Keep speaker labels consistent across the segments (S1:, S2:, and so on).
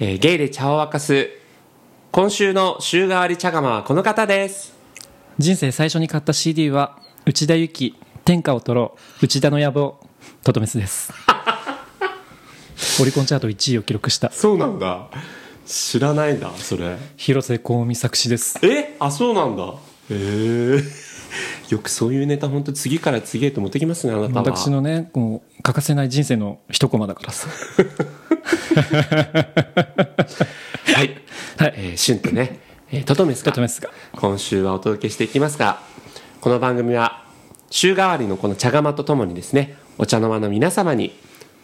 S1: えーゲイで茶を沸かす今週の週替わり茶釜はこの方です
S2: 人生最初に買った CD は内田有紀天下を取ろう内田の野望とどめすですオリコンチャート1位を記録した
S1: そうなんだ知らないんだそれ
S2: 広瀬香美作詞です
S1: えあそうなんだへえよくそういうネタ本当次から次へと持ってきますねあなたは
S2: 私のねもう欠かせない人生の一コマだからさ
S1: はい、
S2: はい
S1: えー、シュンとね、えー、トトメスか
S2: トトメ スが
S1: 今週はお届けしていきますがこの番組は週替わりのこの茶釜とともにですねお茶の間の皆様に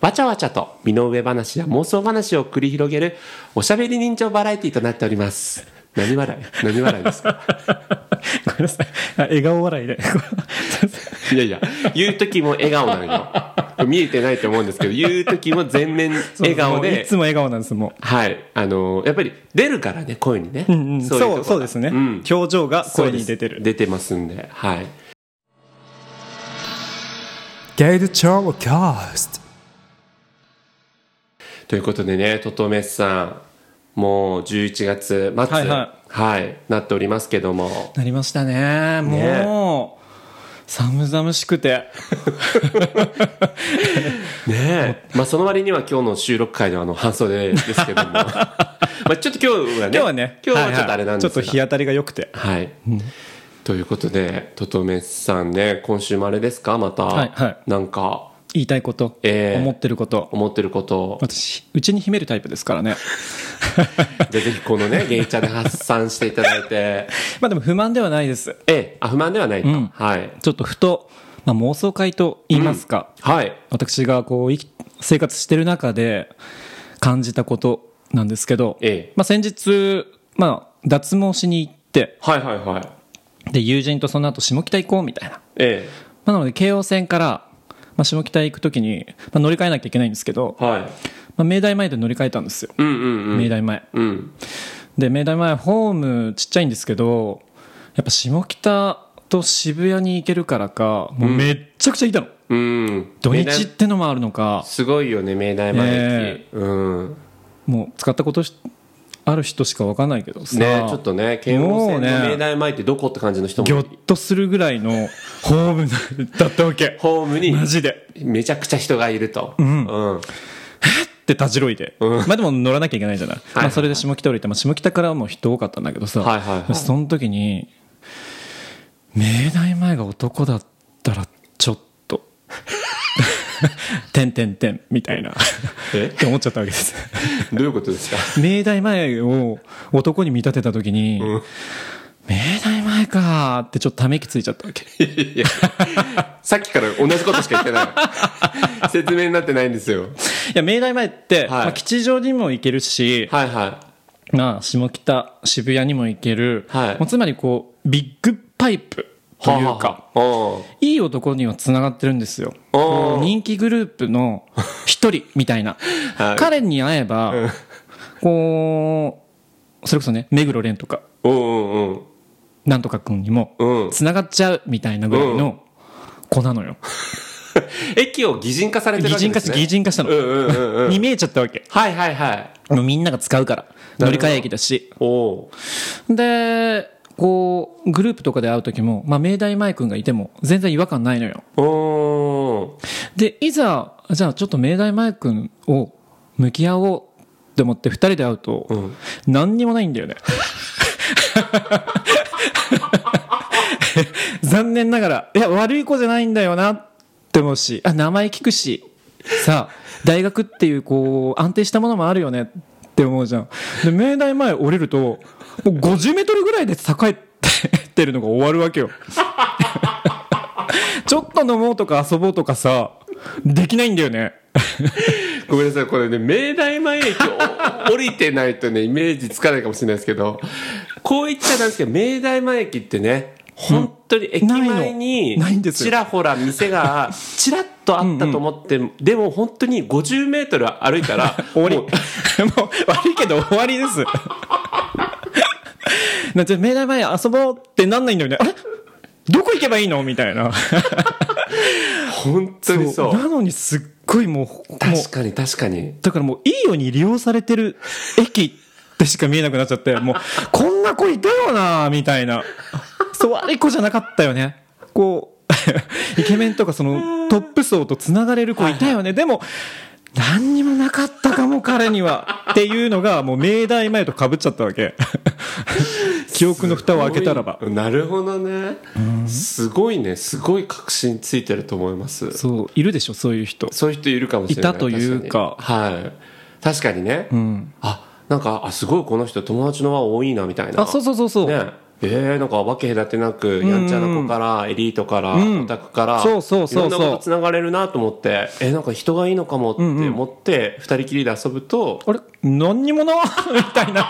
S1: わちゃわちゃと身の上話や妄想話を繰り広げるおしゃべり人情バラエティとなっております何笑い何笑いですか
S2: ごめんなさいあ笑顔笑いで
S1: いやいや言う時も笑顔なのよ見えてないと思うんですけど言う時も全面 笑顔
S2: もうい
S1: で
S2: つも笑顔なんですもう
S1: はいあのやっぱり出るからね声にね、
S2: うんうん、そう
S1: いとこ
S2: そ
S1: が
S2: うですね、
S1: うん
S2: 表情が声
S1: そうです
S2: に出てる
S1: 出てますんではい
S3: ゲイルチャーキャスト
S1: ということでねととめさんもう11月末
S2: はいは
S1: はいなっておりますけども
S2: なりましたねもう
S1: ね
S2: 寒々し くて
S1: ねえまあその割には今日の収録回ではあの半袖ですけど も まあちょっと今日はね
S2: 今日はね
S1: 今日はちょっとあれなんです
S2: はいはいちょっと日
S1: が
S2: 当たりが良くて
S1: はい、ということでととめさんね今週もあれですかまた、
S2: はいはい
S1: なんか
S2: 言いたいこと、
S1: ええ
S2: 思ってること
S1: 思ってることを
S2: 私うちに秘めるタイプですからね
S1: じゃあぜひこのね芸茶で発散していただいて
S2: まあでも不満ではないです
S1: ええあ不満ではないと、
S2: うん
S1: はい
S2: ちょっとふと、まあ、妄想会と言いますか、
S1: はい
S2: 私がこう生き生活してる中で感じたことなんですけど、
S1: ええ
S2: まあ、先日、まあ、脱毛しに行って
S1: はいはいはい
S2: で友人とその後下北行こうみたいな、ま
S1: え
S2: あ、なので京王線から、まあ、下北行く時に、まあ、乗り換えなきゃいけないんですけど、
S1: えはい
S2: まあ、明大前で乗り換えたんですよ、
S1: うんうんうん
S2: 明大前
S1: うん
S2: で明大前ホームちっちゃいんですけどやっぱ下北と渋谷に行けるからかもうめっちゃくちゃいたの、
S1: うん
S2: 土
S1: 明
S2: 日っ
S1: 大
S2: てのもあるのか
S1: すごいよね明大前駅、
S2: ね
S1: うん
S2: もう使ったことしある人しか分かんないけどさ、
S1: ねちょっとね県央線の明大前ってどこって感じの人
S2: ぎょ
S1: も
S2: っとするぐらいのホームだったわけ
S1: ホームに
S2: マジで
S1: めちゃくちゃ人がいるとうん、
S2: ってたじろいで、まあでも乗らなきゃいけないじゃない、まあ、それで下北降りて、まあ、下北からはもう人多かったんだけどさ、
S1: はいはいはい
S2: その時に明大前が男だったらちょっと「てんてんてん」みたいなっ
S1: え
S2: て思っちゃったわけです
S1: どういうことですか
S2: 明大前を男に見立てた時に、明大前かーってちょっとため息ついちゃったわけ
S1: いやさっきから同じことしか言ってない 説明になってないんですよ
S2: いや明大前って、
S1: はい
S2: まあ、吉祥寺にも行けるし、
S1: はいは
S2: まあ、下北渋谷にも行ける、
S1: はい
S2: もうつまりこうビッグパイプ
S1: い
S2: というか、
S1: はあはあうん
S2: いい男にはつながってるんですよこう人気グループの一人みたいな、
S1: はい
S2: 彼に会えば、こうそれこそね目黒蓮とか
S1: うんうんうん
S2: なんとか君にも
S1: うん
S2: つながっちゃうみたいなぐらいの子なのよ、
S1: 駅を擬人化されてる
S2: 擬
S1: わけで
S2: 人化
S1: す
S2: し
S1: ね
S2: 擬人化したの、
S1: うんうんうんうん
S2: に見えちゃったわけ
S1: はいはいはい
S2: もうみんなが使うから
S1: な
S2: 乗
S1: るほど
S2: り換え駅だし
S1: おお
S2: でこうグループとかで会う時も、まあ、明大前君がいても全然違和感ないのよ
S1: おー
S2: でいざじゃあちょっと明大前君を向き合おうって思って2人で会うと、
S1: ん
S2: 何にもないんだよね 残念ながらいや悪い子じゃないんだよなって思うしあ名前聞くしさあ大学っていうこう安定したものもあるよねって思うじゃんで明大前降りるともう5 0メートルぐらいで栄えてるのが終わるわけよちょっと飲もうとか遊ぼうとかさ、できないんだよね。
S1: ごめんなさい、これね、明大前駅 を降りてないとね、イメージつかないかもしれないですけど、こういったなんですけど、明大前駅ってね、本当に駅
S2: ないの
S1: 前に
S2: ないん、ですよ
S1: ちらほら店が、ちらっとあったと思って、でも本当に50メートル歩いたら、
S2: 終わり。
S1: も
S2: も
S1: う
S2: う悪いけど終わりです。 なんて、明大前遊ぼうってなんないんだよね。あれどこ行けばいいのみたいな。
S1: 本当にそう
S2: なのにすっごいもうもう
S1: 確かに確かに
S2: だからもういいように利用されてる駅ってしか見えなくなっちゃってもうこんな子いたよなみたいなそう悪い子じゃなかったよねこう イケメンとかそのトップ層とつながれる子いたよねでも何にもなかったかも彼にはっていうのがもう明大前とかぶっちゃったわ け記憶の蓋を開けたらば
S1: なるほどね、すごいねすごい確信ついてると思いますそ
S2: そういるでしょそういう人
S1: ういう人いるかもしれない
S2: いたというか
S1: 確にはい確かにね、あなんかあすごいこの人友達の輪多いなみたいな
S2: あそうそうそうそう、
S1: ねえー、なんか分け隔てなくやんちゃな子からエリートからオタクから
S2: そうそうそうそう
S1: いろんなことつながれるなと思ってえーなんか人がいいのかもって思って二人きりで遊ぶと
S2: あれ何にもな みたいな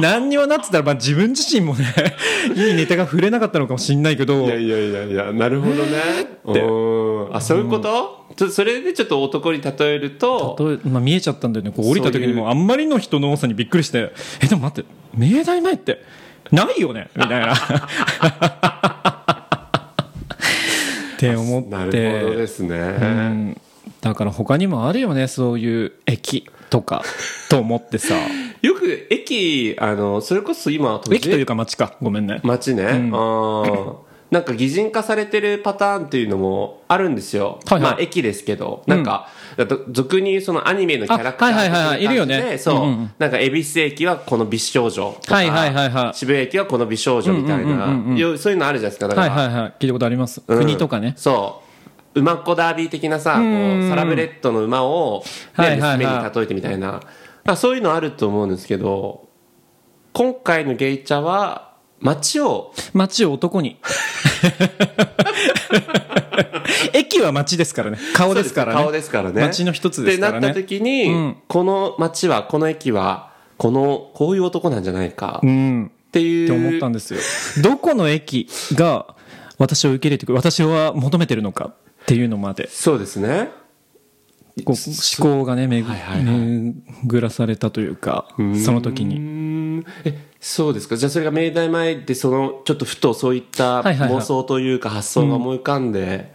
S2: 何にもなってたら、まあ、自分自身もね いいネタが触れなかったのかもしれないけど
S1: いやいやいやいやなるほどねってあそういうこと、ちょそれでちょっと男に例えると
S2: どうまあ、見えちゃったんだよねこう降りた時
S1: そ
S2: に
S1: う
S2: もあんまりの人の多さにびっくりして「えでも待って明大前ってないよね」みたい な。って思って
S1: なるほどですね、
S2: うん、だから他にもあるよねそういう駅 とかと思ってさ
S1: よく駅あのそれこそ今
S2: 駅というか街かごめんね
S1: 街ね、あーなんか擬人化されてるパターンっていうのもあるんですよ、
S2: はいはい
S1: まあ駅ですけど、なんかだと俗にそのアニメのキャラクター
S2: あはいはいはいはい
S1: 的な感じで
S2: いるよね
S1: そう、
S2: うんうん
S1: なんか恵比寿駅はこの美少女とか、
S2: はいはいはいはい
S1: 渋谷駅はこの美少女みたいな、よそういうのあるじゃないですかだか
S2: はい
S1: ら、
S2: はいはい聞いたことあります、
S1: うん
S2: 国とかね
S1: そう馬っ子ダービー的なさこうサラブレッドの馬を、ね
S2: はいはいはい
S1: 娘に例えてみたいなあそういうのあると思うんですけど今回のゲイチャは街を
S2: 街を男に 駅は街ですからね顔ですからね
S1: そうです顔ですからね
S2: 街の一つですから
S1: ってな
S2: ね
S1: った時に、
S2: うん
S1: この街はこの駅はこのこういう男なんじゃないか
S2: う
S1: っ
S2: ん
S1: ていう、
S2: って思ったんですよどこの駅が私を受け入れてくる私は求めてるのかっていうのまで
S1: そうですね
S2: こう思考がね巡
S1: はいはいはい
S2: 巡らされたというかその時に
S1: うーんえそうですかじゃあそれが明大前でそのちょっとふとそういった
S2: いはいはい
S1: 妄想というか発想が思い浮かんで、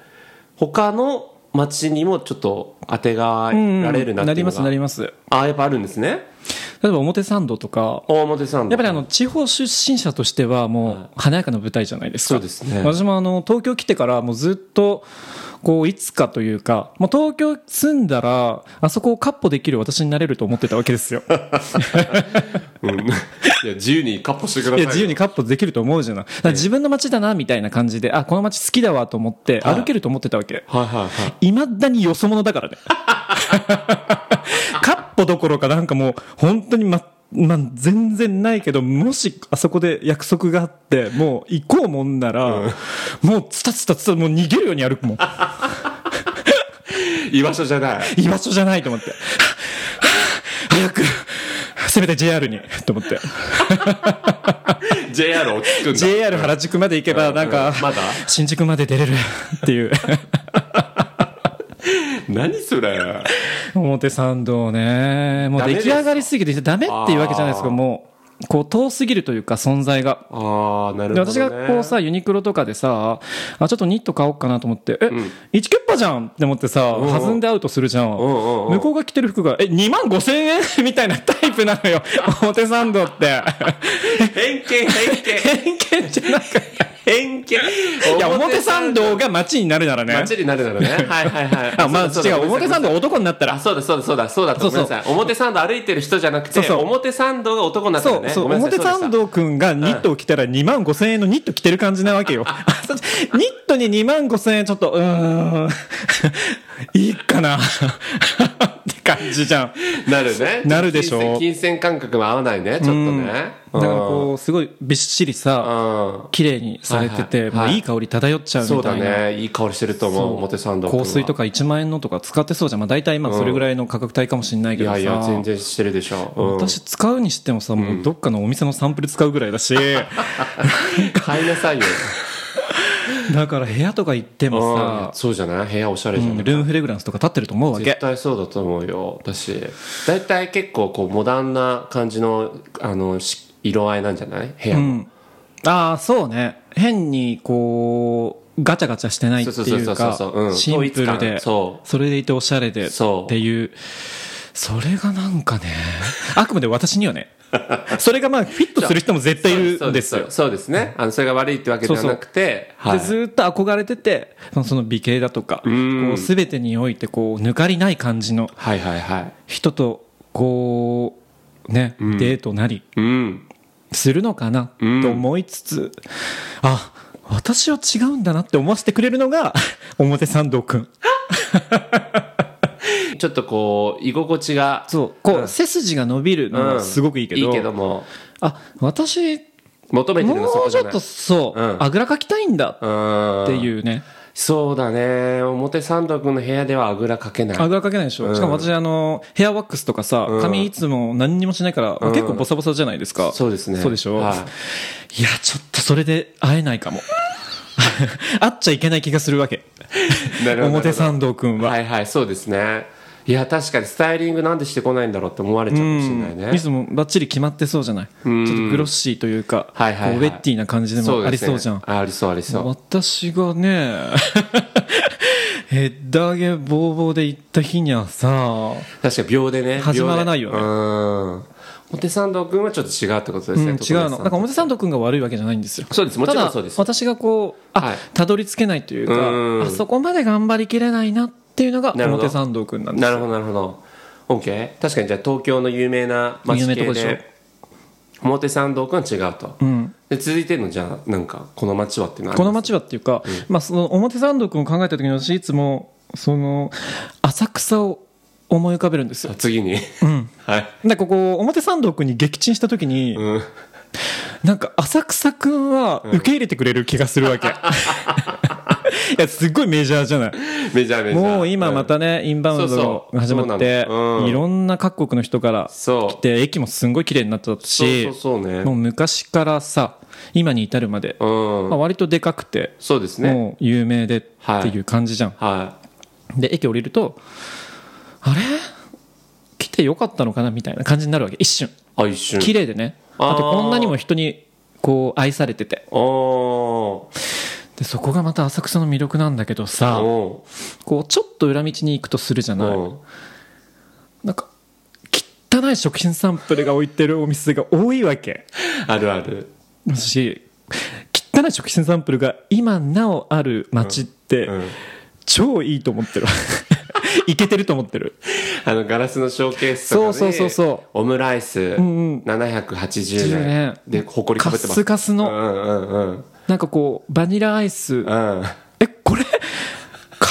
S1: 他の町にもちょっと当てがられるなっていうのが、
S2: なりますなります
S1: あやっぱあるんですね
S2: 例えば表参道とか
S1: 大表さん
S2: やっぱりあの地方出身者としてはもう華やかな舞台じゃないですか、
S1: そうですね
S2: 私もあの東京来てからもうずっとこういつかというかもう東京住んだらあそこをカッポできる私になれると思ってたわ けですよ
S1: うんいや自由にカッポしてくださ
S2: い
S1: い
S2: や自由にカッポできると思うじゃないだから自分の街だなみたいな感じであこの街好きだわと思って
S1: はい
S2: 歩けると思ってたわけ
S1: はいはいはい
S2: いまだによそ者だ からねカッポどころかなんかもう本当にままあ、全然ないけどもしあそこで約束があってもう行こうもんなら、もうつたつたつたもう逃げるように歩くもん
S1: 居場所じゃない
S2: 居場所じゃないと思って早くせめて JR にと思って
S1: JR 落ち着くんだ
S2: JR 原宿まで行けばなんか、
S1: まだ
S2: 新宿まで出れるっていう
S1: 何それ
S2: 表参道ねもう
S1: ダメ
S2: 出
S1: です
S2: 来上がりすぎてダメっていうわけじゃないですけどもうこう遠すぎるというか存在が
S1: ああなる
S2: で
S1: ほど、
S2: 私
S1: ね、
S2: がこうさユニクロとかでさあちょっとニット買おうかなと思ってえ、1キュッパじゃんって思ってさ
S1: ん
S2: 弾んでアウトするじゃん
S1: んうんうん
S2: 向こうが着てる服がえ2万5千円みたいなタイプな のよ表参道って
S1: 偏見偏見
S2: 偏見じゃなく
S1: 偏見
S2: いや表参道が街になるならね
S1: 街になるならねはいはいはい
S2: あまあ
S1: そうだ
S2: 違う表参道が男になった
S1: あ
S2: ら
S1: そうだそうだそうだそうだ
S2: そう
S1: ごめんなさい表参道歩いてる人じゃなくて
S2: そうそう
S1: 表参道が男になった
S2: そ
S1: よ
S2: う
S1: ね
S2: そう
S1: ごめんなさ
S2: 表
S1: い
S2: 参道くんがニットを着たら2万5千円のニット着てる感じなわけよ ニットに2万5千円ちょっとうーん いいかな って感じじゃん
S1: そうしたなるね
S2: なるでしょ
S1: 金銭金銭感覚も合わないねちょっとね
S2: だからこうすごいびっしりさ
S1: うん
S2: 綺麗にされてて、
S1: はいはいはい
S2: もういい香り漂っちゃう
S1: そう
S2: み
S1: だ
S2: たいな、
S1: ねいい香りしてると思う表参道君は
S2: 香水とか1万円のとか使ってそうじゃん、まあ、大体今それぐらいの価格帯かもしれない
S1: い
S2: けど
S1: や
S2: さ、
S1: いや全然してるでしょ、うん、
S2: 私使うにしてもさもうどっかのお店のサンプル使うぐらい だし、
S1: 買いなさいよ
S2: だから部屋とか行っても
S1: うん
S2: さ、
S1: そうじゃない部屋おしゃれじゃない、
S2: うんルームフレグランスとか立ってると思うわけ
S1: 絶対そうだと思うよ私大体結構こうモダンな感じのあのし色合いなんじゃない部屋も、
S2: ああそうね変にこうガチャガチャしてないっていうか
S1: そうそうそうそうそううん
S2: シンプ
S1: 統一
S2: ル
S1: 感
S2: で
S1: そう
S2: れでいておしゃれでっ
S1: そう
S2: ていうそれがなんかね あくまで私にはね それがまあフィットする人も絶対いるんですよ
S1: そうですねあのそれが悪いってわけではなくてはい
S2: でずーっと憧れててそのその美形だとかこ
S1: ん
S2: う全てにおいてこう抜かりない感じの
S1: はいはいはい
S2: 人とこうねデートなり
S1: うん
S2: するのかなと思いつつあ私は違うんだなって思わせてくれるのが 表参道くん
S1: ちょっとこう居心地が
S2: そうこう、
S1: ん
S2: 背筋が伸びるのはすごくいいけど,、
S1: いいけども
S2: あ私
S1: 求めてるのはそ
S2: も
S1: こ
S2: う
S1: じ
S2: ち
S1: ゃ
S2: ょ
S1: な
S2: っ
S1: い
S2: とそう、
S1: うん
S2: あぐらかきたいんだ
S1: うん
S2: っていうね、
S1: そうだね表参道君の部屋ではあぐらかけない
S2: あぐらかけないでしょ、しかも私あのヘアワックスとかさ髪いつも何にもしないから、結構ボサボサじゃないですか
S1: そうですね
S2: そうでしょ、
S1: はい
S2: い、やちょっとそれで会えないかも 会っちゃいけない気がするわけ
S1: なるほど
S2: 表参道くんは、
S1: はいはいそうですねいや確かにスタイリングなんでしてこないんだろうって思われちゃうかもしれないね
S2: ミスもバッチリ決まってそうじゃない、ちょっとグロッシーというか、
S1: はいはいはい
S2: こうウェッティな感じでもありそうじゃん、
S1: ですねありそうありそう
S2: 私がね ヘッダーゲボーボーで行った日にはさ
S1: 確かに秒でね
S2: 始まらないよね
S1: 秒でうん表参道君はちょっと違うってことですね、
S2: うん違うのなんか表参道君が悪いわけじゃないんですよ
S1: そうですもちろんそうです
S2: ただ私がこうあ、
S1: はい
S2: たどり着けないというか
S1: うん
S2: あそこまで頑張りきれないなっていうのが
S1: なるほど
S2: 表参道君なんです
S1: な
S2: よ
S1: るほどなるほど OK 確かにじゃあ東京の有名な街
S2: 有名なと
S1: 系
S2: こでしょ
S1: で表参道君は違うと、
S2: ん
S1: で続いてのじゃあなんかこの街はっていうのは
S2: この街はっていうか、まあ、その表参道君を考えた時に私いつもその浅草を思い浮かべるんですよ
S1: あ次に、 はい、
S2: でここ表参道君に撃沈した時に、
S1: うん、
S2: なんか浅草くんは受け入れてくれる気がする わけ、いやすっごいメジャーじゃない
S1: メジャーメジャー
S2: もう今またね、インバウンドが始まって
S1: そうそうそうなのうん
S2: いろんな各国の人から
S1: そう
S2: 来て駅もすんごい綺麗になったし
S1: そうそうそうね
S2: もう昔からさ今に至るまで、
S1: うん
S2: まあ、割とでかくて、
S1: そうですね
S2: もう有名でっていう感じじゃん、
S1: は
S2: で駅降りるとあれ来てよかったのかなみたいな感じになるわけ一瞬
S1: いあ一瞬
S2: 綺麗でね、
S1: あー
S2: あとこんなにも人にこう愛されてて
S1: お
S2: でそこがまた浅草の魅力なんだけど
S1: あ
S2: さ
S1: お
S2: こうちょっと裏道に行くとするじゃないなんか汚い食品サンプルが置いてるお店が多いわけ
S1: あるある
S2: だし汚い食品サンプルが今なおある街って、
S1: うん
S2: 超いいと思ってる いけてると思ってる
S1: あのガラスのショーケースとかに
S2: そうそうそうそう
S1: オムライス
S2: んうん
S1: 780円でほこりかぶってます
S2: カッスカスの
S1: うんうんうん
S2: なんかこうバニラアイス
S1: うん
S2: えこれか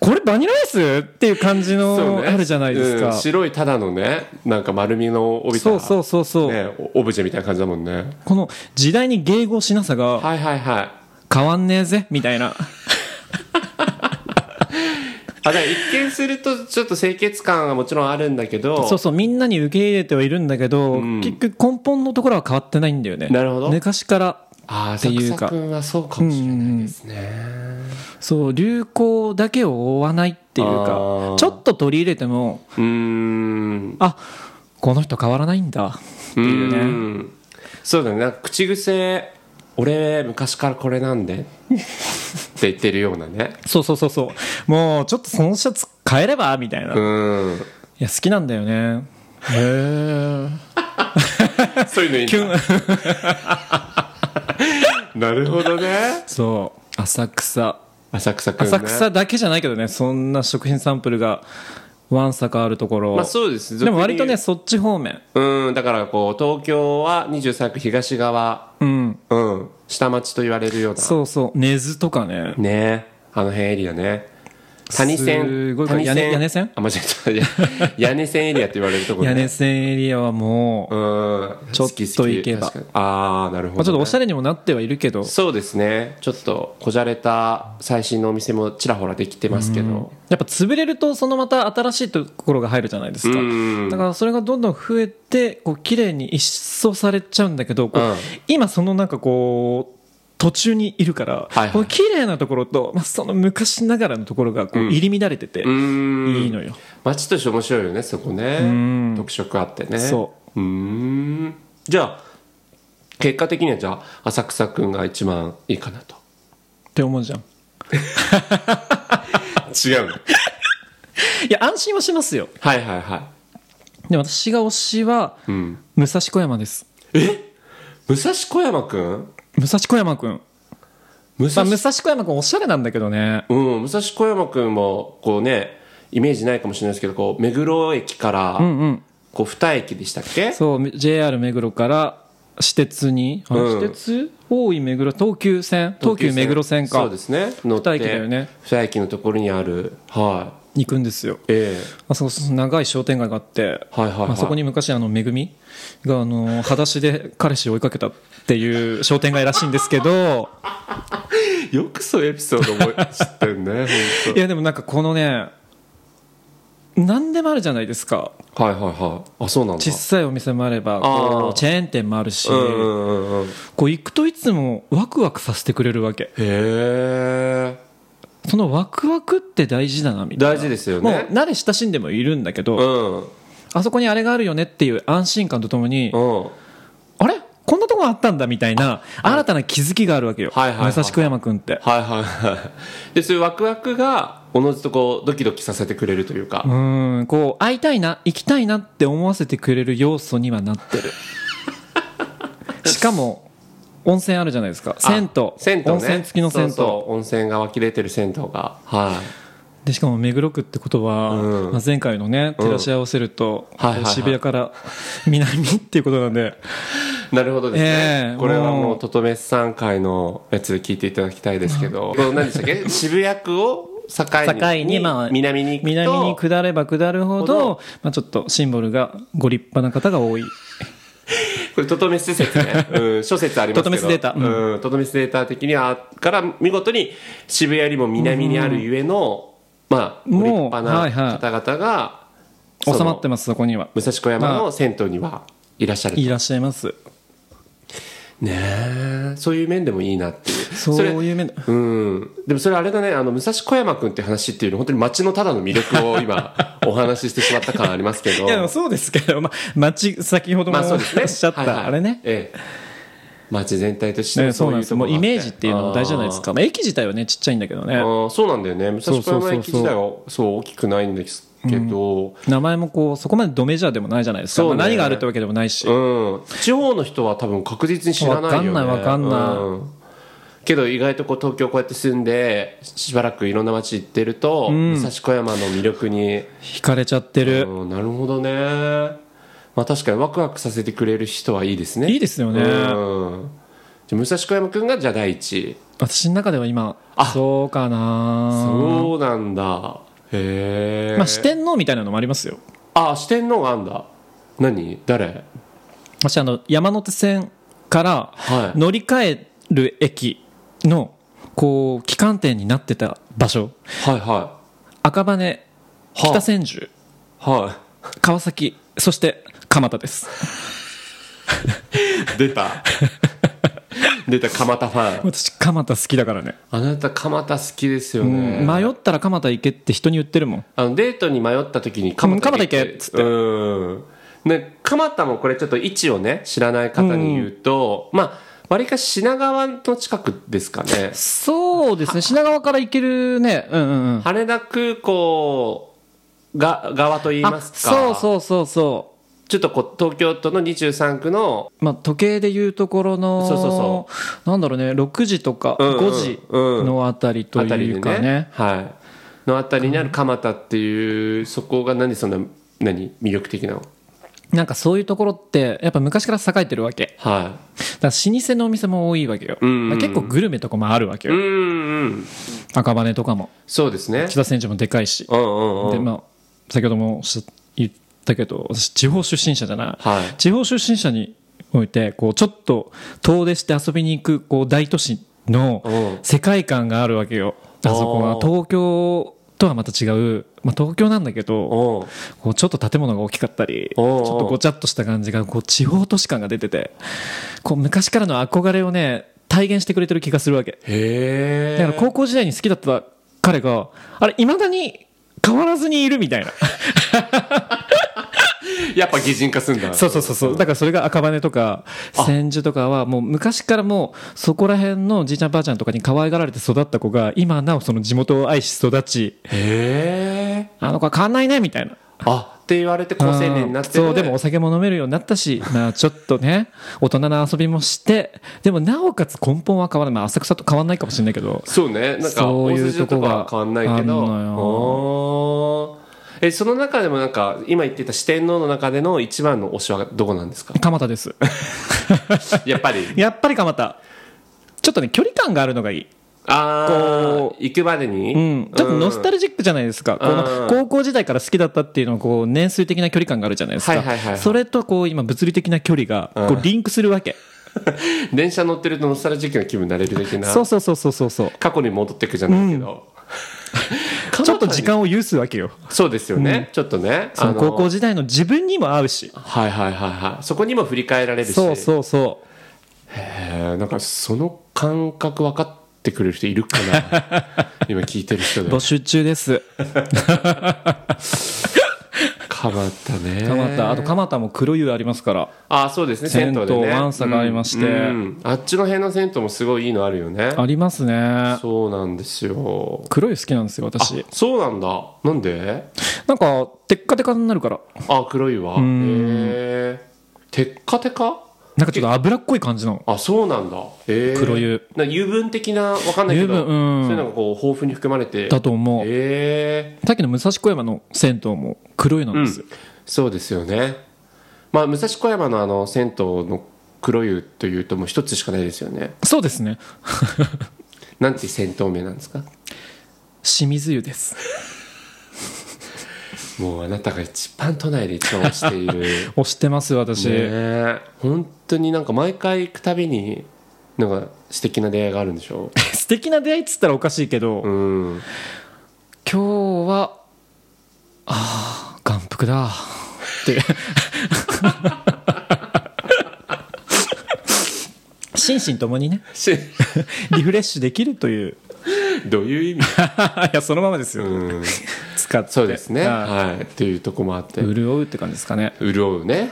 S2: これバニラアイスっていう感じのあるじゃないです
S1: うん
S2: か
S1: 白いただのねなんか丸みの帯びた
S2: そうそうそうそう、
S1: ねオブジェみたいな感じだもんね
S2: この時代に迎合しなさが
S1: はいはいはい
S2: 変わんねえぜみたいな
S1: あだから一見するとちょっと清潔感はもちろんあるんだけど
S2: そうそうみんなに受け入れてはいるんだけど、
S1: ん
S2: 結局根本のところは変わってないんだよね
S1: なるほど
S2: 昔から
S1: ああ
S2: って
S1: 浅
S2: いう
S1: 草
S2: か
S1: 君はそうかもしれないですね
S2: そう流行だけを追わないっていう
S1: あ
S2: か
S1: ー
S2: ちょっと取り入れても
S1: うーん
S2: あこの人変わらないんだっていうね
S1: ねそうだねなんか口癖俺昔からこれなんでって言ってるようなね
S2: そうそうそうそうもうちょっとそのシャツ変えればみたいな、
S1: う
S2: い
S1: ーん
S2: や好きなんだよねへえ
S1: そういうのいいんだ なるほどね
S2: そう浅草
S1: 浅草くんね
S2: 浅草だけじゃないけどねそんな食品サンプルがわんさかあるところ、
S1: まあそうです
S2: でも割とね
S1: 俗
S2: そっち方面
S1: にうんだからこう東京は23区東側
S2: うん
S1: うん下町と言われるような
S2: そうそう根津とかね
S1: ねあの辺エリアね谷線
S2: すごい
S1: 谷
S2: 屋根屋根線
S1: あ間違えた屋根線エリアって言われるところね
S2: 屋根線エリアはもう、
S1: うん
S2: ちょっと
S1: 好き好き
S2: 行けば
S1: 確かにああなるほどね、
S2: まあ、ちょっとおしゃれにもなってはいるけど
S1: そうですねちょっとこじゃれた最新のお店もちらほらできてますけど
S2: やっぱ潰れるとそのまた新しいところが入るじゃないですか
S1: うん
S2: だからそれがどんどん増えてこう綺麗に一掃されちゃうんだけどこう
S1: うん
S2: 今そのなんかこう途中にいるから、
S1: はいはい
S2: こう綺麗なところと、まあ、その昔ながらのところがこう入り乱れてて、
S1: うん
S2: いいのよ
S1: 街として面白いよねそこね特色あってね
S2: そう
S1: うんじゃあ結果的にはじゃあ浅草くんが一番いいかなと
S2: って思うじゃん
S1: 違うの
S2: いや安心はしますよ
S1: はいはいは
S2: で私が推しは、
S1: いうん
S2: 武蔵小山です
S1: え武蔵小山くん
S2: 武蔵小山くん、
S1: 武
S2: ま
S1: 蔵
S2: あ、武蔵小山くんおしゃれなんだけどね
S1: うん、武蔵小山くんも、こうね、イメージないかもしれないですけど、こう、目黒駅から、
S2: うんうん
S1: こう、二駅でしたっけ
S2: そう JR 目黒から私鉄に、あ
S1: うん
S2: 私鉄大井目黒東急線東急目黒線か
S1: そうですね。乗って
S2: 二駅だよね
S1: 二駅のところにある、は
S2: 行くんですよ
S1: い。え
S2: あそこそ長い商店街があって、
S1: はいはいはい
S2: まあ、そこに昔あのめぐみがあの裸足で彼氏を追いかけたっていう商店街らしいんですけど
S1: えよくそういうエピソード思い知ってる ね、ほん
S2: いやでもなんかこのね何でもあるじゃないですか
S1: と。はいはいはい。あ、そうなんだ。
S2: 小さいお店もあればこ
S1: あー
S2: うチェーン店もあるし、
S1: うんうんうんうん。へ
S2: こう行くといつもワクワクさせてくれるわけ
S1: え。
S2: そのワクワクって大事だなみたいな
S1: 大事ですよ
S2: もう
S1: ね。
S2: 慣れ親しんでもいるんだけど、
S1: うん。うん。
S2: あそこにあれがあるよねっていう安心感とともに、
S1: は
S2: あれこんなとこあったんだみたいな新たな気づきがあるわけよ、
S1: はいはいはいはい
S2: 武蔵小山君って、
S1: いはいはい。で、そういうワクワクが、おのずとこう、ドキドキさせてくれるというか。
S2: うーんこう会いたいな行きたいなって思わせてくれる要素にはなっ てるしかも温泉あるじゃないですか銭湯
S1: あ銭湯、ね、
S2: 温泉付きの銭湯
S1: そうそう温泉が湧き出てる銭湯がは
S2: でしかも目黒区ってことは、
S1: うん
S2: まあ、前回のね照らし合わせると、
S1: はいはいはい
S2: 渋谷から南っていうことなんで
S1: いなるほどですね、
S2: ええ
S1: これはも
S2: も
S1: う
S2: う
S1: ととめさん会のやつで聞いていただきたいですけどこの何でしたっ け渋谷区を境
S2: 境
S1: に
S2: に、まあ、
S1: 南に行くと
S2: 南に下れば下るほ
S1: ほ
S2: ど
S1: ど
S2: まあ、ちょっとシンボルがご立派な方が多い
S1: これトトメス説ね、うん、諸説ありますけど
S2: トトメスデータ
S1: う
S2: うんん
S1: トトメスデータ的にはから見事に渋谷よりも南にあるゆえの、まあご立
S2: もう
S1: 派な
S2: はいはい
S1: 方々がその
S2: 収まってますそこには
S1: 武蔵小山の銭湯にはいらっしゃると
S2: いらっしゃいます
S1: ねえそういう面でもいいなっていう
S2: そう
S1: れ
S2: いう面で
S1: うんでもそれあれだねあの武蔵小山君って話っていうの本当に街のただの魅力を今お話ししてしまった感ありますけど
S2: いやでもそうですけど、まあ、町先ほども
S1: まあ
S2: お
S1: そうですね
S2: っしゃった、
S1: はいはい
S2: あれね
S1: ええ街全体として
S2: ね
S1: の
S2: そうなんです
S1: と
S2: よ
S1: ころ
S2: もう
S1: があ
S2: イ
S1: て
S2: メージっていうのも大事じゃないですかまあ、駅自体はねちっちゃいんだけど
S1: あ
S2: ね
S1: ーあーそうなんだよね武蔵小山駅自体はそう大きくないんですけど
S2: 名前もこうそこまでドメジャーでもないじゃないですか、
S1: そうね
S2: まあ何があるってわけでもないし、
S1: うん地方の人は多分確実に知らないよね
S2: わかんないわかんない
S1: うんけど意外とこう東京こうやって住んでしばらくいろんな街行ってると、武蔵小山の魅力に
S2: 惹かれちゃってる、
S1: うん、なるほどねまあ確かにワクワクさせてくれる人はいいですね
S2: いいですよね
S1: うんじゃあ武蔵小山君がじゃあ第一位
S2: 私の中では今そうかな
S1: そうなんだへえ
S2: まあ、四天王みたいなのもありますよ
S1: あ四天王があんだ何誰
S2: 私あの山手線から
S1: はい
S2: 乗り換える駅のこう旗艦店になってた場所
S1: はいは
S2: 赤羽北千住
S1: いは
S2: 川崎そして蒲田です
S1: い出 た出た蒲田ファン
S2: 私蒲田好きだからね、
S1: あなた蒲田好きですよ
S2: う
S1: ね、
S2: ん、迷ったら蒲田行けって人に言ってるもん
S1: あのデートに迷った時に蒲田
S2: うん蒲田行けっつって
S1: うんね蒲田もこれちょっと位置をね知らない方に言うと、まあわりかし品川の近くですかね
S2: そうですね品川から行けるねうんうんうん
S1: 羽田空港が側といい
S2: あ
S1: ますか
S2: そうそうそうそ
S1: ちょっとこう東京都の23区の
S2: うまあ時計でいうところの
S1: そうそうそ
S2: なんだろうね6時とか
S1: うんうん
S2: 5時のあたりと
S1: 辺り
S2: い
S1: で
S2: うかね,、
S1: ねはい、の辺りにある蒲田っていうそこが何そんな何魅力的なの
S2: なんかそういうところってやっぱ昔から栄えてるわけ
S1: は
S2: だから老舗のお店も多いわけよ、
S1: うんうんうん
S2: だから結構グルメとかもあるわけ
S1: い、う
S2: よ、
S1: んうん
S2: 赤羽とかも
S1: そうですね
S2: 北千住もでかいし、
S1: うんうんう
S2: で
S1: ん
S2: まあ先ほどもおっしゃ言ったけど私地方出身者じゃない、
S1: はい
S2: 地方出身者においてこうちょっと遠出して遊びに行くこう大都市
S1: うん
S2: の世界観があるわけよあそこは
S1: おー
S2: 東京とはまた違う、まあ、東京なんだけど
S1: おう
S2: こうちょっと建物が大きかったりち
S1: おうお
S2: ょ
S1: う
S2: っとごちゃっとした感じがこう地方都市感が出ててこう昔からの憧れをね体現してくれてる気がするわけ
S1: へえ
S2: だから高校時代に好きだった彼があれいまだに変わらずにいるみたいな
S1: やっぱ擬人化すんだ
S2: そうそうそうそうだからそれが赤羽とか千住とかはもう昔からもうそこら辺のじいちゃんばあちゃんとかに可愛がられて育った子が今なおその地元を愛し育ち
S1: へえ
S2: あの子は変わんないねみたいな
S1: あって言われて高青年になってる
S2: そうでもお酒も飲めるようになったし、まあ、ちょっとね 大人の遊びもしてでもなおかつ根本は変わらない、まあ、浅草と変わらないかもしれないけど
S1: そうねなんか
S2: そう
S1: 大
S2: いう
S1: 筋のとこは
S2: とこ
S1: 変
S2: が
S1: わんないけど
S2: あんのよ
S1: おーえその中でもなんか今言ってた四天王の中での一番の推しはどこなん ですか
S2: 蒲田です
S1: やっぱり
S2: やっぱり蒲田 ちょっとね距離感があるのがいい
S1: ああ
S2: こ
S1: 行くまでに、
S2: うん、ちょっとノスタ
S1: ル
S2: ルジックじゃないですか、こ
S1: う
S2: の
S1: ん
S2: 高校時代から好きだったっていうのはこう年数的な距離感があるじゃないですか、
S1: はいはいはいはい
S2: それとこう今物理的な距離がこうリンクするわけ、
S1: 電車乗ってるとノスタルジックな気分になれる的な
S2: そうそうそうそうそうそう
S1: 過去に戻っていくじゃないけど、
S2: ちょっと時間を有すわけよ
S1: そうですよね、ちょっとね
S2: その
S1: あの
S2: 高校時代の自分にも合うし
S1: はいはいはいはいそこにも振り返られるし
S2: そうそうそう
S1: えーなんかその感覚分かってくれる人いるか な今聞いてる人で
S2: 募集中です
S1: 蒲田ね
S2: 蒲田あと蒲田も黒湯ありますから
S1: ああそうですね銭湯で
S2: 銭湯
S1: ね
S2: ワンサがありまして
S1: うんうんあっちの辺の銭湯もすごいいいのあるよね
S2: ありますね
S1: そうなんですよ
S2: 黒湯好きなんですよ
S1: あ
S2: 私
S1: そうなんだなんで
S2: なんかテッカテカになるから
S1: あ黒いわへえテッカテカ
S2: なんかちょっと脂っこい感じの
S1: あそうなんだへえ
S2: 黒湯
S1: なんか油分的なわかんないけど
S2: 油分うん
S1: そういうのがこう豊富に含まれて
S2: だと思う
S1: へえ
S2: さっきの武蔵小山の銭湯も黒湯なんですよ、
S1: そうですよねまあ武蔵小山のあの銭湯の黒湯というともう一つしかないですよね
S2: そうですね
S1: なんて銭湯名なんですか
S2: 清水湯です
S1: もうあなたが一番都内で一番推している ね
S2: 押してます私、
S1: え本当になんか毎回行くたびになんか素敵な出会いがあるんでしょ
S2: 素敵な出会いっつったらおかしいけど、
S1: ううん
S2: 今日はああ眼福だって心身ともにね
S1: し
S2: リフレッシュできると いう
S1: どういう意味、
S2: いやそのままですよ、
S1: うん、
S2: 使って
S1: そうですね
S2: は
S1: はいっていうとこもあって
S2: い潤うって感じですかね
S1: 潤うね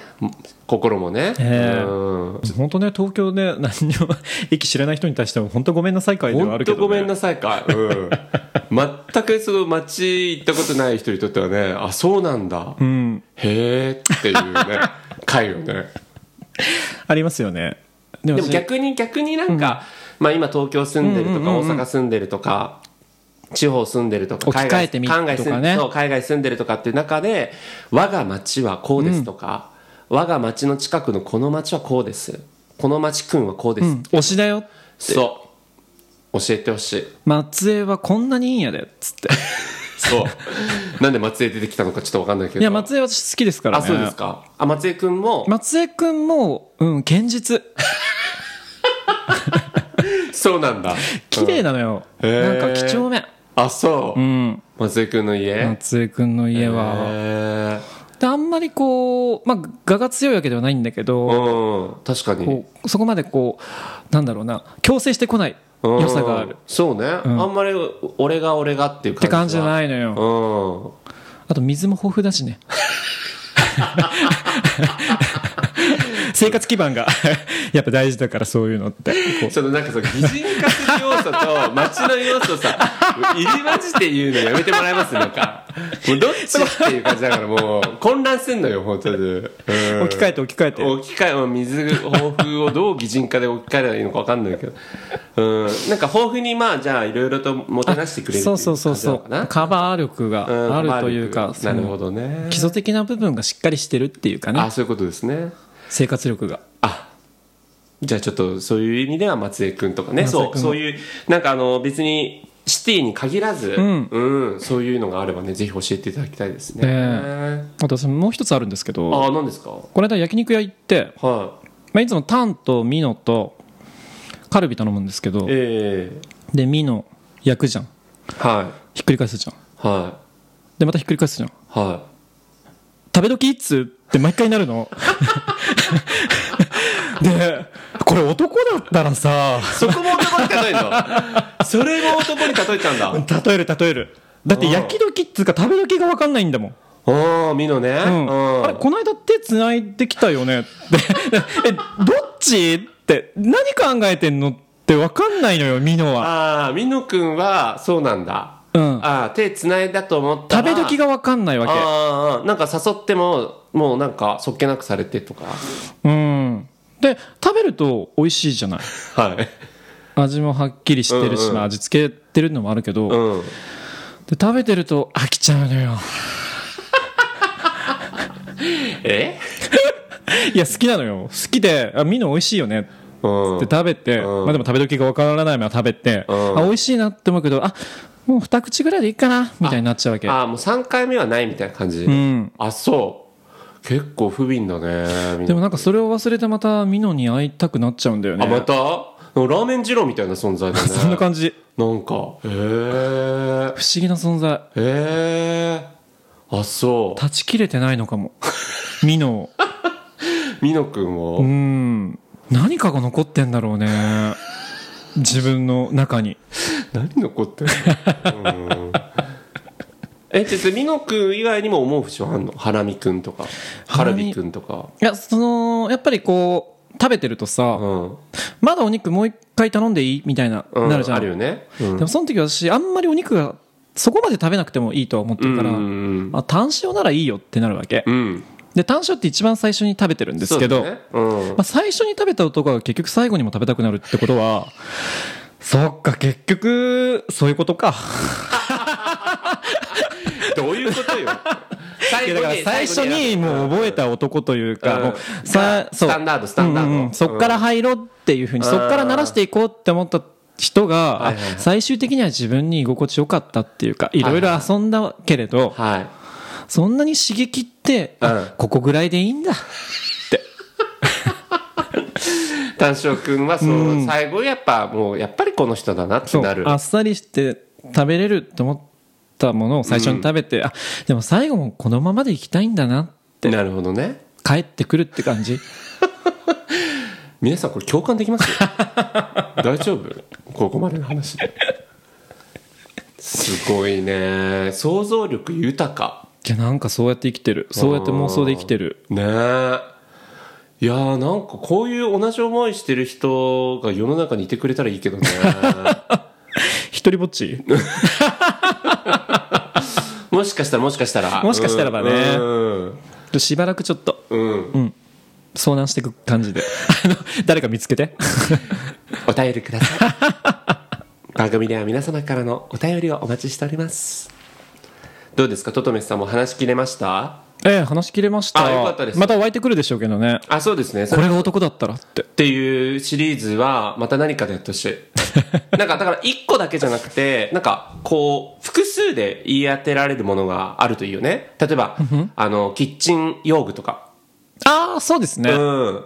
S1: 心もね、
S2: ええ
S1: うん
S2: 本当ね東京で何にも 駅知らない人に対しても本当ごめんなさい会ではあ
S1: 本
S2: るけ
S1: 当
S2: ど、ね、
S1: ごめんなさいか、うん、全くその街行ったことない人にとってはねあそうなんだ、
S2: うん
S1: へえっていうね回よね
S2: ありますよねで
S1: でも逆に逆になんか、まあ今東京住んでるとか大阪住んでるとか、地方住んでるとか
S2: 置き換えてみる
S1: 海外
S2: と
S1: 住
S2: か
S1: ん
S2: ね
S1: そう海外住んでるとかっていう中で我が町はこうですとか、我が町の近くのこの町はこうですこの町君はこうです、
S2: うん推しだよ
S1: そう教えてほしい
S2: 松江はこんなにいいんやでっつって
S1: そう。なんで松江出てきたのかちょっとわかんないけど。
S2: いや松江私好きですから
S1: あ、
S2: ね
S1: そうですか。あ、松江くんも、
S2: 松江くんもうん堅実
S1: そうなんだ。
S2: 綺麗
S1: な。
S2: なのよ、
S1: へー
S2: なんか几帳面
S1: あ、そう。
S2: うん
S1: 松江くんの家。
S2: 松江くんの家は、
S1: へー
S2: であんまりこうまあ我が強いわけではないんだけど、
S1: うん、確かに。
S2: こうそこまでこうなんだろうな強制してこない
S1: うん
S2: 良さがある。
S1: そうね。
S2: ん
S1: あんまり、俺が俺がっていう
S2: っ
S1: 感じ。
S2: て感じじゃ
S1: い。
S2: ないのよ、
S1: うん。
S2: あと水も豊富だし ね生活基盤が やっぱ大事だからそういうのってこう
S1: そのなんかその擬人化する要素と街の要素さ、入り混じって言うのやめてもらえますなんか。もうどっちっていう感じだからもう混乱すんのよ、本当に。うん
S2: 置き換えて置き換えて
S1: 置き換えまあ水豊富をどう擬人化で置き換えればいいのか分かんないけどうんなんか豊富にまあじゃあいろいろともてなしてくれるってい
S2: そうそうそうそ
S1: 感じなの
S2: う
S1: か
S2: カバー力
S1: な
S2: があるというか、
S1: ん
S2: そ
S1: な
S2: の
S1: るほどね
S2: 基礎的な部分がしっかりしてるっていうかね
S1: あそういうことですね
S2: 生活力が
S1: あじゃあちょっとそういう意味では松江君とかね
S2: 松江君
S1: そ
S2: も
S1: うそういうなんかあの別にシティに限らず、
S2: ん
S1: うんそういうのがあればねぜひ教えていただきたいですね、
S2: え私もう一つあるんですけど
S1: あ何ですか
S2: この間焼肉屋行って、
S1: はい
S2: まあ、いつもタンとミノとカルビ頼むんですけど
S1: ええ
S2: でミノ焼くじゃん
S1: はい
S2: ひっくり返すじゃん
S1: は
S2: でまたひっくり返すじゃん
S1: いは
S2: 食べ時いつって毎回な るのでこれ男だったらさ
S1: いそこも男に例え たそれも男に例えちゃうんだ
S2: 例える例えるだって焼き時っつうか食べ時が分かんないんだもん
S1: おーミノね、
S2: うん
S1: うん
S2: あれこの間手繋いで きたよねってえどっちって何考えてんのって分かんないのよミノは
S1: ああミノくんはそうなんだ、
S2: うん
S1: ああ手つないだと思った
S2: 食
S1: ら
S2: べ時が分かんないわけ
S1: あーあーなんか誘ってももうなんかそっけなくされてとか
S2: うんで食べると美味しいじゃない
S1: はい
S2: 味もはっきりしてるし、
S1: うんうん
S2: まあ味付けてるのもあるけど、
S1: う
S2: で
S1: ん
S2: 食べてると飽きちゃうのよ
S1: え
S2: いや好きなのよ好きであミノ美味しいよね
S1: うん
S2: って食べて、
S1: うん
S2: まあでも食べ時が分からないまま食べて、
S1: うん
S2: あ美味しいなって思うけどあもう二口ぐらいでいいかなみたいになっちゃうわけ
S1: ああもう3回目はないみたいな感じ、
S2: うん
S1: あそう結構不憫だねみん
S2: で
S1: な
S2: もなんかそれを忘れてまたミノに会いたくなっちゃうんだよね
S1: あまたラーメン二郎みたいな存在だね
S2: そんな感じ
S1: なんかへえ
S2: 不思議な存在
S1: へえあそう
S2: 断ち切れてないのかも ミノを
S1: 美濃くんを、
S2: うん何かが残ってんだろうね自分の中に
S1: 何残ってるの、うん、えちょっと美濃くん以外にも思う節はあんのハラミくんとかカ
S2: ハラ
S1: ル
S2: ミ
S1: ビくんとか
S2: いやそのやっぱりこう食べてるとさ、
S1: うん、
S2: まだお肉もう一回頼んでいいみたいな、
S1: うん、
S2: なるじゃん
S1: あるよね、うん
S2: でもその時私あんまりお肉がそこまで食べなくてもいいとは思ってるから、
S1: うんうん
S2: あ単塩ならいいよってなるわけ、
S1: うん
S2: で単塩って一番最初に食べてるんですけど、
S1: そうだねうん
S2: まあ、最初に食べた男が結局最後にも食べたくなるってこ とはそっか結局そういうことか
S1: どういうことよ
S2: い
S1: 最
S2: やだから 最初にもう覚えた男というか、
S1: うん
S2: もうさ
S1: スタンダードスタンダード
S2: うんうんそっから入ろうっていうふうに、
S1: うん
S2: そっから慣らしていこうって思った人が、
S1: はいはい
S2: 最終的には自分に居心地よかったっていうかいろいろ遊んだけれど、
S1: はい
S2: そんなに刺激って、
S1: うん
S2: あここぐらいでいいんだ
S1: 丹生くんはそう、最後やっぱもうやっぱりこの人だなって
S2: そう
S1: なる
S2: あっさりして食べれると思ったものを最初に食べて、あでも最後もこのままでいきたいんだな
S1: なるほどね
S2: 帰ってくるって感じ
S1: 皆さんこれ共感できます 大丈夫ここまでの話ですごいね想像力豊か
S2: いやなんかそうやって生きてるそうやって妄想で生きてる
S1: ねえいやーなんかこういう同じ思いしてる人が世の中にいてくれたらいいけどね
S2: 一人ぼっち
S1: もしかしたらもしかしたら
S2: もしかしたらばね
S1: うん
S2: しばらくちょっと
S1: うん、うん
S2: 遭難していく感じであの誰か見つけて
S1: お便りください番 組では皆様からのお便りをお待ちしておりますどうですかトトメスさんも話し切れました
S2: ええ話し切れました
S1: あよかったです
S2: また湧いてくるでしょうけどね
S1: あそうですね
S2: これが男だったらって
S1: っていうシリーズはまた何かでやってほ しいなんかだから1個だけじゃなくてなんかこう複数で言い当てられるものがあるといいよね例えばあのキッチン用具とか
S2: ああそうですね、
S1: うん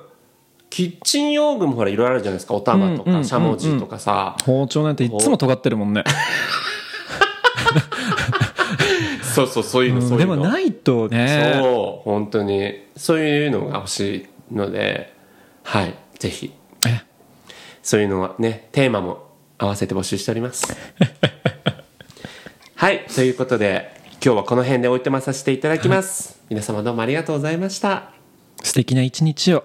S1: キッチン用具もほらいろいろあるじゃないですかお玉と
S2: うんう
S1: か
S2: んうんうん
S1: しゃもじとかさ
S2: 包丁なんていっつも尖ってるもんね
S1: そうそうそういうのそうい
S2: で
S1: うの
S2: もないとね
S1: そう本当にそういうのが欲しいのではいぜひ
S2: え
S1: そういうのはねテーマも合わせて募集しております はいということで今日はこの辺でおいてまさせていただきます、皆様どうもありがとうございました
S2: 素敵な一日を